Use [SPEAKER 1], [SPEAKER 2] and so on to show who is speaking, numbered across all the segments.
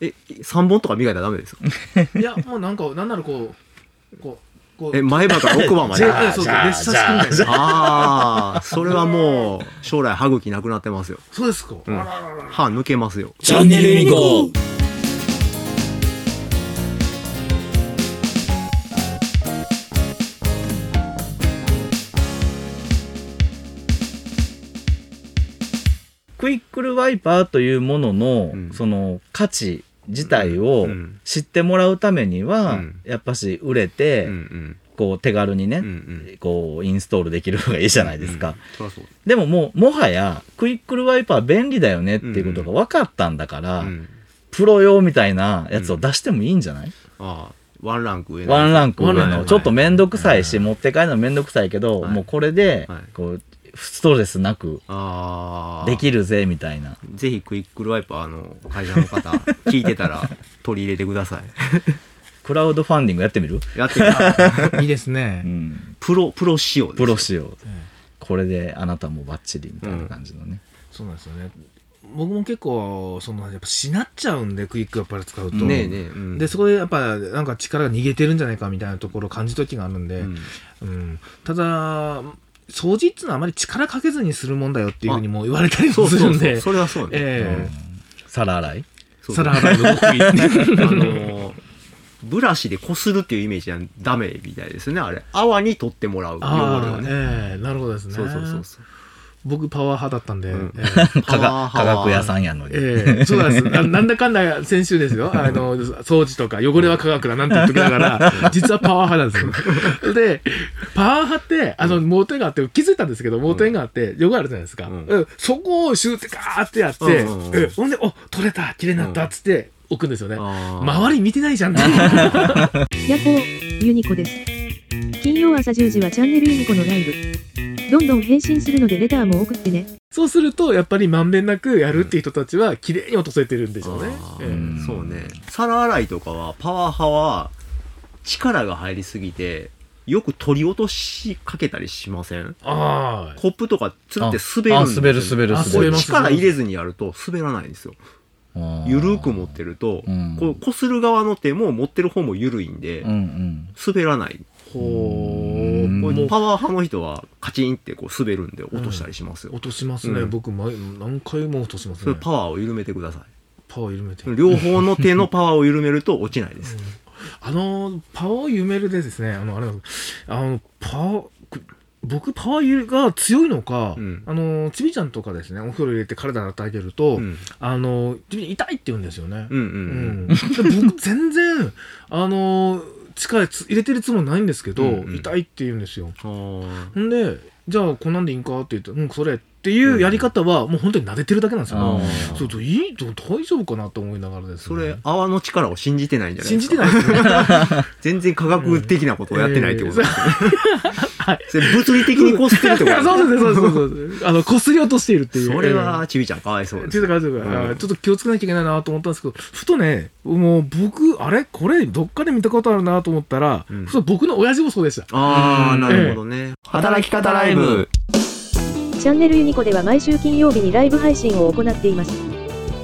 [SPEAKER 1] え、3本とか磨いたらダメですか
[SPEAKER 2] いや、もうなんか、なんならこう、こう、こう、
[SPEAKER 1] え、前歯から奥歯 まで。
[SPEAKER 2] じ
[SPEAKER 1] あ
[SPEAKER 2] ゃあそうそう列車式みたいな
[SPEAKER 3] じゃあ
[SPEAKER 1] あー、それはもう、将来歯茎なくなってますよ。
[SPEAKER 2] そうですか。
[SPEAKER 1] うん
[SPEAKER 2] あらららら
[SPEAKER 1] 歯抜けますよ。
[SPEAKER 3] チャンネルユニコーン
[SPEAKER 4] クイックルワイパーというものの、
[SPEAKER 1] うん
[SPEAKER 4] その価値自体を
[SPEAKER 1] うん
[SPEAKER 4] 知ってもらうためには、
[SPEAKER 1] うん
[SPEAKER 4] やっぱし売れて、
[SPEAKER 1] うんうん。
[SPEAKER 4] こう手軽にね、
[SPEAKER 1] うんうん。
[SPEAKER 4] こうインストールできる方がいいじゃないですか、
[SPEAKER 1] うん。そりゃそう。
[SPEAKER 4] でももうもはやクイックルワイパー便利だよねっていうことが分かったんだから、
[SPEAKER 1] うん
[SPEAKER 4] プロ用みたいなやつを出してもいいんじゃない、
[SPEAKER 1] ああ、ワンランク上
[SPEAKER 4] ワンランク上
[SPEAKER 2] ワンラン
[SPEAKER 4] の
[SPEAKER 2] ク
[SPEAKER 4] ちょっと面倒くさいし、持って帰るの面倒くさいけど、
[SPEAKER 1] はい
[SPEAKER 4] もうこれで
[SPEAKER 1] はい
[SPEAKER 4] こうストレスなく
[SPEAKER 1] ああ。
[SPEAKER 4] できるぜみたいな
[SPEAKER 1] ぜひクイックルワイパーの会社の方、聞いて たら取り入れてください。
[SPEAKER 4] クラウドファンディングやってみる、
[SPEAKER 1] やってみたら
[SPEAKER 2] いいです
[SPEAKER 4] う
[SPEAKER 2] ね。
[SPEAKER 4] ん
[SPEAKER 1] プロ、プロ仕様です。
[SPEAKER 4] プロ仕様、これであなたもバッチリみたいな感じのね、
[SPEAKER 2] そうなんですよね。僕も結構、その、やっぱしなっちゃうんで、クイックやっぱり使うと。
[SPEAKER 1] ねえねえ。うん
[SPEAKER 2] で、そこでやっぱ、なんか力が逃げてるんじゃないかみたいなところを感じる時があるんで、
[SPEAKER 1] うん
[SPEAKER 2] うん、ただ、掃除っていうのはあまり力かけずにするもんだよっていうふうにも言われたり
[SPEAKER 1] そ
[SPEAKER 2] も
[SPEAKER 1] う
[SPEAKER 2] す
[SPEAKER 1] そ
[SPEAKER 2] る
[SPEAKER 1] うんそう。
[SPEAKER 2] で、
[SPEAKER 1] それはそうね。
[SPEAKER 2] え
[SPEAKER 4] 皿洗い
[SPEAKER 1] そ
[SPEAKER 2] え、
[SPEAKER 1] う
[SPEAKER 2] 皿洗いの極意。
[SPEAKER 1] あのーブラシでこするっていうイメージはダメみたいですねあれ泡に取ってもらう汚れ
[SPEAKER 2] あ
[SPEAKER 1] を
[SPEAKER 2] あ、
[SPEAKER 1] ね
[SPEAKER 2] ええ、なるほどですね。
[SPEAKER 1] そうそうそうそう
[SPEAKER 2] 僕パワー派だったんで、
[SPEAKER 1] うん
[SPEAKER 2] ええ
[SPEAKER 4] 科学科学屋さ
[SPEAKER 1] ん
[SPEAKER 4] んやのに、
[SPEAKER 2] ええそうなんですな。なんだかんだ先週で すよ。あの、掃除とか汚れは科学だなんて言っときなが ら、実はパワー派なんですよ。で、パワー派って、あの、盲点があって、気づいたんですけど、盲点があって、よくあるじゃないですか。
[SPEAKER 1] うん
[SPEAKER 2] うんそこをシューってガーってやって、
[SPEAKER 1] うんうんうん
[SPEAKER 2] うんほんで、お、取れた、綺麗になった、っつって置くんですよね。
[SPEAKER 1] 周
[SPEAKER 2] 周り見てないじゃんって。
[SPEAKER 5] ヤッホー、ユニコです。金曜朝10時はチャンネルユニコのライブ。どんどん返信するのでレターも送ってね。
[SPEAKER 2] そうすると、やっぱりまんべんなくやるっていう人たちは、綺麗に落とせてるんでしょうね。ええ
[SPEAKER 4] うん
[SPEAKER 1] そうね皿洗いとかはパワハは力が入りすぎてよく取り落としかけたりしません
[SPEAKER 2] ああ。
[SPEAKER 1] コップとかつるって滑
[SPEAKER 4] あ
[SPEAKER 1] るんですよ
[SPEAKER 4] 滑る滑る
[SPEAKER 2] あ
[SPEAKER 4] 滑
[SPEAKER 2] 滑
[SPEAKER 4] る
[SPEAKER 2] ります
[SPEAKER 1] 力入れずにやると滑らないんですよゆるく持ってると、
[SPEAKER 4] うん
[SPEAKER 1] こうこする側の手も持ってる方もゆるいんで、
[SPEAKER 4] うんうん
[SPEAKER 1] 滑らない
[SPEAKER 2] ほう。
[SPEAKER 1] こ
[SPEAKER 2] も
[SPEAKER 1] う
[SPEAKER 2] う
[SPEAKER 1] パワー派の人はカチンってこう滑るんで落としたりしますよ、
[SPEAKER 2] 落としますね、
[SPEAKER 1] うん
[SPEAKER 2] 僕前何回も落とします
[SPEAKER 1] そ
[SPEAKER 2] ね
[SPEAKER 1] れパワーを緩めてくださ
[SPEAKER 2] パワー緩めて
[SPEAKER 1] い両方の手のパワーを緩めると落ちないです、
[SPEAKER 2] あのパワー緩めるでですねあのあれなんですあのパワーく僕パワーゆが強いのか、
[SPEAKER 1] うん
[SPEAKER 2] あのちびちゃんとかですねお風呂入れて体洗ってあげると、
[SPEAKER 1] うん
[SPEAKER 2] あのちびちゃん痛いって言うんですよね、
[SPEAKER 1] うんうんう
[SPEAKER 2] う
[SPEAKER 1] ん
[SPEAKER 2] んで僕全然あの力つ入れてるつもりないんですけど、
[SPEAKER 1] うんうん
[SPEAKER 2] 痛いって言うんですよ
[SPEAKER 1] あー
[SPEAKER 2] ほんでじゃあこんなんでいいんかって言って「うんそれ」っていうやり方はもう本当に撫でてるだけなんですよ、
[SPEAKER 4] あ
[SPEAKER 1] そ
[SPEAKER 2] そうそう、いいと大丈夫かなと思いながらです、
[SPEAKER 1] そ
[SPEAKER 2] ね。
[SPEAKER 1] れ泡の力を信じてないんじゃない
[SPEAKER 2] 信
[SPEAKER 1] です
[SPEAKER 2] じ
[SPEAKER 1] か
[SPEAKER 2] てないですね。
[SPEAKER 1] 全然科学的なことをやってないってことですよね、
[SPEAKER 2] はい。
[SPEAKER 1] それ物理的にこすってるってこと
[SPEAKER 2] そうですね、そうですそうです。あの、こすり落としているっていう。
[SPEAKER 1] それはちびちゃんかわい
[SPEAKER 2] え
[SPEAKER 1] そう
[SPEAKER 2] ー。
[SPEAKER 1] で
[SPEAKER 2] ちょ
[SPEAKER 1] す
[SPEAKER 2] っと感じるからあーちょっと気をつけなきゃいけないなと思ったんですけど、ふとね、もう僕、あれこれ、どっかで見たことあるなと思ったら、
[SPEAKER 1] うん
[SPEAKER 2] ふと僕の親父もそうでした。
[SPEAKER 1] ああなるほどね、働き方ライブ
[SPEAKER 5] チャンネルユニコでは毎週金曜日にライブ配信を行っています。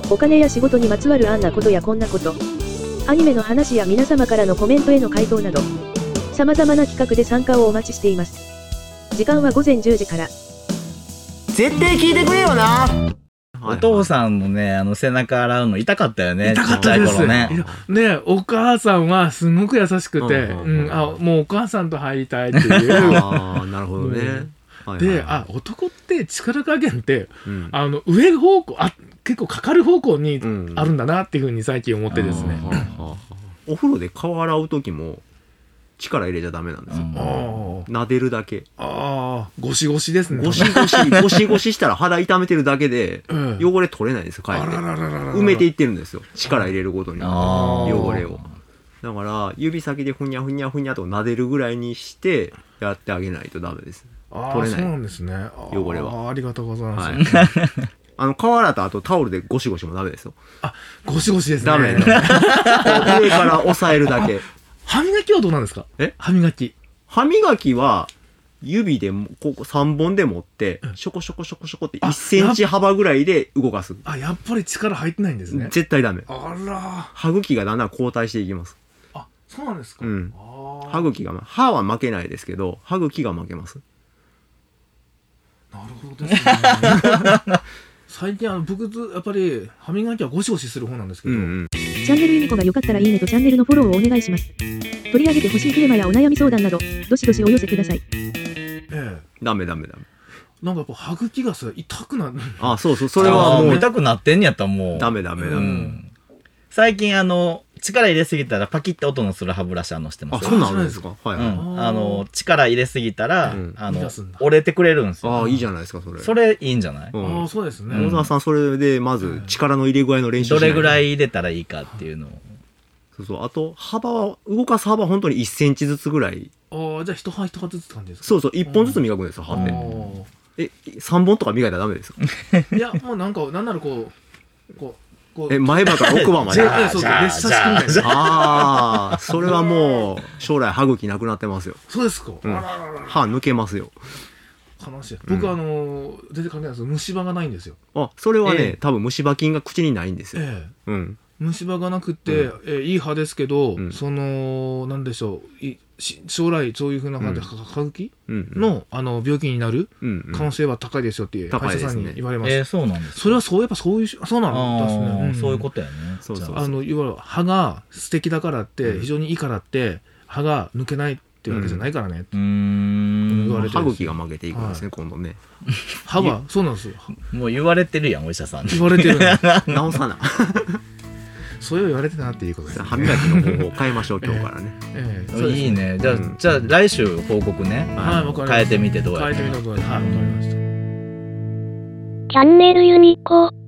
[SPEAKER 5] お金や仕事にまつわるあんなことやこんなこと、アニメの話や皆様からのコメントへの回答など、様々な企画で参加をお待ちしています。時間は午前10時から。
[SPEAKER 6] 絶対聞いてくれよな
[SPEAKER 4] お父さんのねあの背中洗うの痛かったよね
[SPEAKER 2] 痛かったで
[SPEAKER 4] ち
[SPEAKER 2] す
[SPEAKER 4] ちゃい頃ね
[SPEAKER 2] ね、お母さんはすごく優しくて、
[SPEAKER 1] うんう
[SPEAKER 2] うん
[SPEAKER 1] うん
[SPEAKER 2] ん、あ、もうお母さんと入りたいっ ていう。
[SPEAKER 1] ああなるほどね、はいはい
[SPEAKER 2] で、あ、男って力加減って、
[SPEAKER 1] うん
[SPEAKER 2] あの、上方向、あ、結構かかる方向に
[SPEAKER 1] うん
[SPEAKER 2] あるんだなっていうふうに最近思ってですね。
[SPEAKER 1] はあはあお風呂で顔洗う時も力入れちゃダメなんですよ、
[SPEAKER 4] うん
[SPEAKER 2] あー
[SPEAKER 1] 撫でるだけ
[SPEAKER 2] あー、ゴシゴシですね。
[SPEAKER 1] ゴシゴ シゴシゴシしたら肌痛めてるだけで
[SPEAKER 2] うん
[SPEAKER 1] 汚れ取れないんですよ帰って
[SPEAKER 2] あらららららら
[SPEAKER 1] 埋めていってるんですよ力入れるごとに
[SPEAKER 4] あー
[SPEAKER 1] 汚れをだから指先でふにゃふにゃふにゃと撫でるぐらいにしてやってあげないとダメです
[SPEAKER 2] あー
[SPEAKER 1] 取れない
[SPEAKER 2] そうなんですね。あー
[SPEAKER 1] 汚れは
[SPEAKER 2] ありがとうございます。
[SPEAKER 1] はいあの顔洗った後タオルでゴシゴシもダメですよ
[SPEAKER 2] あ、ゴシゴシですね。
[SPEAKER 1] ダメ です上から押さえるだけ
[SPEAKER 2] 歯磨きはどうなんですか
[SPEAKER 1] え
[SPEAKER 2] 歯磨き。
[SPEAKER 1] 歯磨きは指でもここ3本で持って、ショコショコショコショコって1センチ幅ぐらいで動かす。
[SPEAKER 2] あ、やっぱり力入ってないんですね。
[SPEAKER 1] 絶対ダメ。
[SPEAKER 2] あら
[SPEAKER 1] 歯茎がだんだん後退していきます。
[SPEAKER 2] あ、そうなんですか。
[SPEAKER 1] うん
[SPEAKER 2] あ
[SPEAKER 1] 歯茎が、ま歯は負けないですけど、歯茎が負けます。
[SPEAKER 2] あ、なるほどですね。 最近、あの、僕ず、やっぱり、歯磨きはゴシゴシする方なんですけ
[SPEAKER 1] う
[SPEAKER 2] ど、
[SPEAKER 1] んうん。
[SPEAKER 5] チャンネルユニコが良かったらいいねとチャンネルのフォローをお願いします。取り上げてほしいテーマやお悩み相談など、どしどしお寄せください。
[SPEAKER 2] ええ。
[SPEAKER 1] ダメダメダメ。
[SPEAKER 2] なんかやっぱ歯茎がさ、痛くなる。
[SPEAKER 1] あ、そうそう、そ
[SPEAKER 4] そ
[SPEAKER 1] れ
[SPEAKER 4] れ
[SPEAKER 1] は
[SPEAKER 4] は
[SPEAKER 1] も
[SPEAKER 4] もう
[SPEAKER 1] う、
[SPEAKER 4] 痛くなってんねやったらもう。
[SPEAKER 1] ダメダメダメ。
[SPEAKER 4] うん。最近あの、力入れすぎたらパキッて音のする歯ブラシあのしてま
[SPEAKER 1] あ、
[SPEAKER 4] す
[SPEAKER 1] そうなんですかはい、
[SPEAKER 4] う
[SPEAKER 1] はい
[SPEAKER 4] ん、
[SPEAKER 2] あー
[SPEAKER 4] あの力入れすぎたら、
[SPEAKER 1] うん
[SPEAKER 4] あ
[SPEAKER 2] 乱
[SPEAKER 4] の
[SPEAKER 2] すんだ
[SPEAKER 4] 折れてくれるんですよ
[SPEAKER 1] ああ、いいじゃないですか、それ。
[SPEAKER 4] それいいんじゃない、
[SPEAKER 1] うん
[SPEAKER 2] ああ、そうですね。
[SPEAKER 1] 小沢さん、それでまず力の入れ具合の練習
[SPEAKER 4] どれぐら
[SPEAKER 1] い
[SPEAKER 4] い入れたらいいかっていうのを
[SPEAKER 1] そうそう。あと、幅は、動かす幅は本当に1センチずつぐらい。
[SPEAKER 2] ああ、じゃあ一歯一歯ずつって感じですか
[SPEAKER 1] そうそう、1本ずつ磨くんですよ、歯
[SPEAKER 2] あ
[SPEAKER 1] って。
[SPEAKER 2] ー
[SPEAKER 1] え、3本とか磨いたらダメ ですか
[SPEAKER 2] いや、もうなんか、なんならこう、こう、こう、
[SPEAKER 1] え、前歯から奥歯ま
[SPEAKER 2] ジ
[SPEAKER 1] で
[SPEAKER 2] ェ。
[SPEAKER 4] あー
[SPEAKER 2] そうそう、
[SPEAKER 4] じゃあ
[SPEAKER 2] 列車式みたい
[SPEAKER 4] じ
[SPEAKER 2] な。
[SPEAKER 1] ああ、それはもう、将来歯茎なくなってますよ。
[SPEAKER 2] そうですか。あ
[SPEAKER 1] うん
[SPEAKER 2] らららら
[SPEAKER 1] 歯抜けますよ。
[SPEAKER 2] 悲しい。僕、あのー、全然関係ないです。虫歯がないんですよ。
[SPEAKER 1] あ、それは
[SPEAKER 4] え
[SPEAKER 1] ね、多分虫歯菌が口にないんですよ。
[SPEAKER 2] ええ。
[SPEAKER 1] うん。
[SPEAKER 2] 虫歯がなくて、えーいい歯ですけど、
[SPEAKER 1] うん
[SPEAKER 2] その、なんでしょう、いし将来そういうふうな歯
[SPEAKER 1] う
[SPEAKER 2] で、
[SPEAKER 1] ん
[SPEAKER 2] 歯歯茎
[SPEAKER 1] うん。
[SPEAKER 2] の,、あの病気になる
[SPEAKER 1] うん、う
[SPEAKER 2] 可
[SPEAKER 1] ん
[SPEAKER 2] 能。性は高いですよって、
[SPEAKER 1] 高
[SPEAKER 2] 歯
[SPEAKER 1] い
[SPEAKER 2] 医
[SPEAKER 1] で
[SPEAKER 2] 者さ
[SPEAKER 1] す
[SPEAKER 2] ん
[SPEAKER 1] ね
[SPEAKER 2] に言われます。
[SPEAKER 4] えー、そうなんです
[SPEAKER 2] それはそう、やっぱそういうし、そうなん
[SPEAKER 4] あ
[SPEAKER 2] ですね
[SPEAKER 4] ー、
[SPEAKER 2] ん
[SPEAKER 4] そういうことやね
[SPEAKER 1] そうそう
[SPEAKER 4] じゃあ
[SPEAKER 2] あのいわゆる歯が素敵だからって、
[SPEAKER 1] うん
[SPEAKER 2] 非常にいいからって歯が抜けないっていうわけじゃないからね、
[SPEAKER 4] うーん
[SPEAKER 2] 言われてる
[SPEAKER 1] 歯茎が負けていくんですね、今度ね。
[SPEAKER 2] 歯はそうなんですよ
[SPEAKER 4] もう言われてるやんお医者さんに
[SPEAKER 2] 言われてるの
[SPEAKER 1] 直さな。
[SPEAKER 2] それを言われてたなっていうことです、ね
[SPEAKER 1] 歯磨きの方法を変えましょう、今日からね。
[SPEAKER 2] ええそうです
[SPEAKER 4] いいねじゃあ、
[SPEAKER 1] うん
[SPEAKER 4] じゃあ来週報告ね、
[SPEAKER 2] はいわかりました
[SPEAKER 4] 変えてみてどうや
[SPEAKER 2] 変
[SPEAKER 4] っ
[SPEAKER 2] え
[SPEAKER 4] た
[SPEAKER 2] てみたことはいわかりました
[SPEAKER 3] チャンネルユニコー。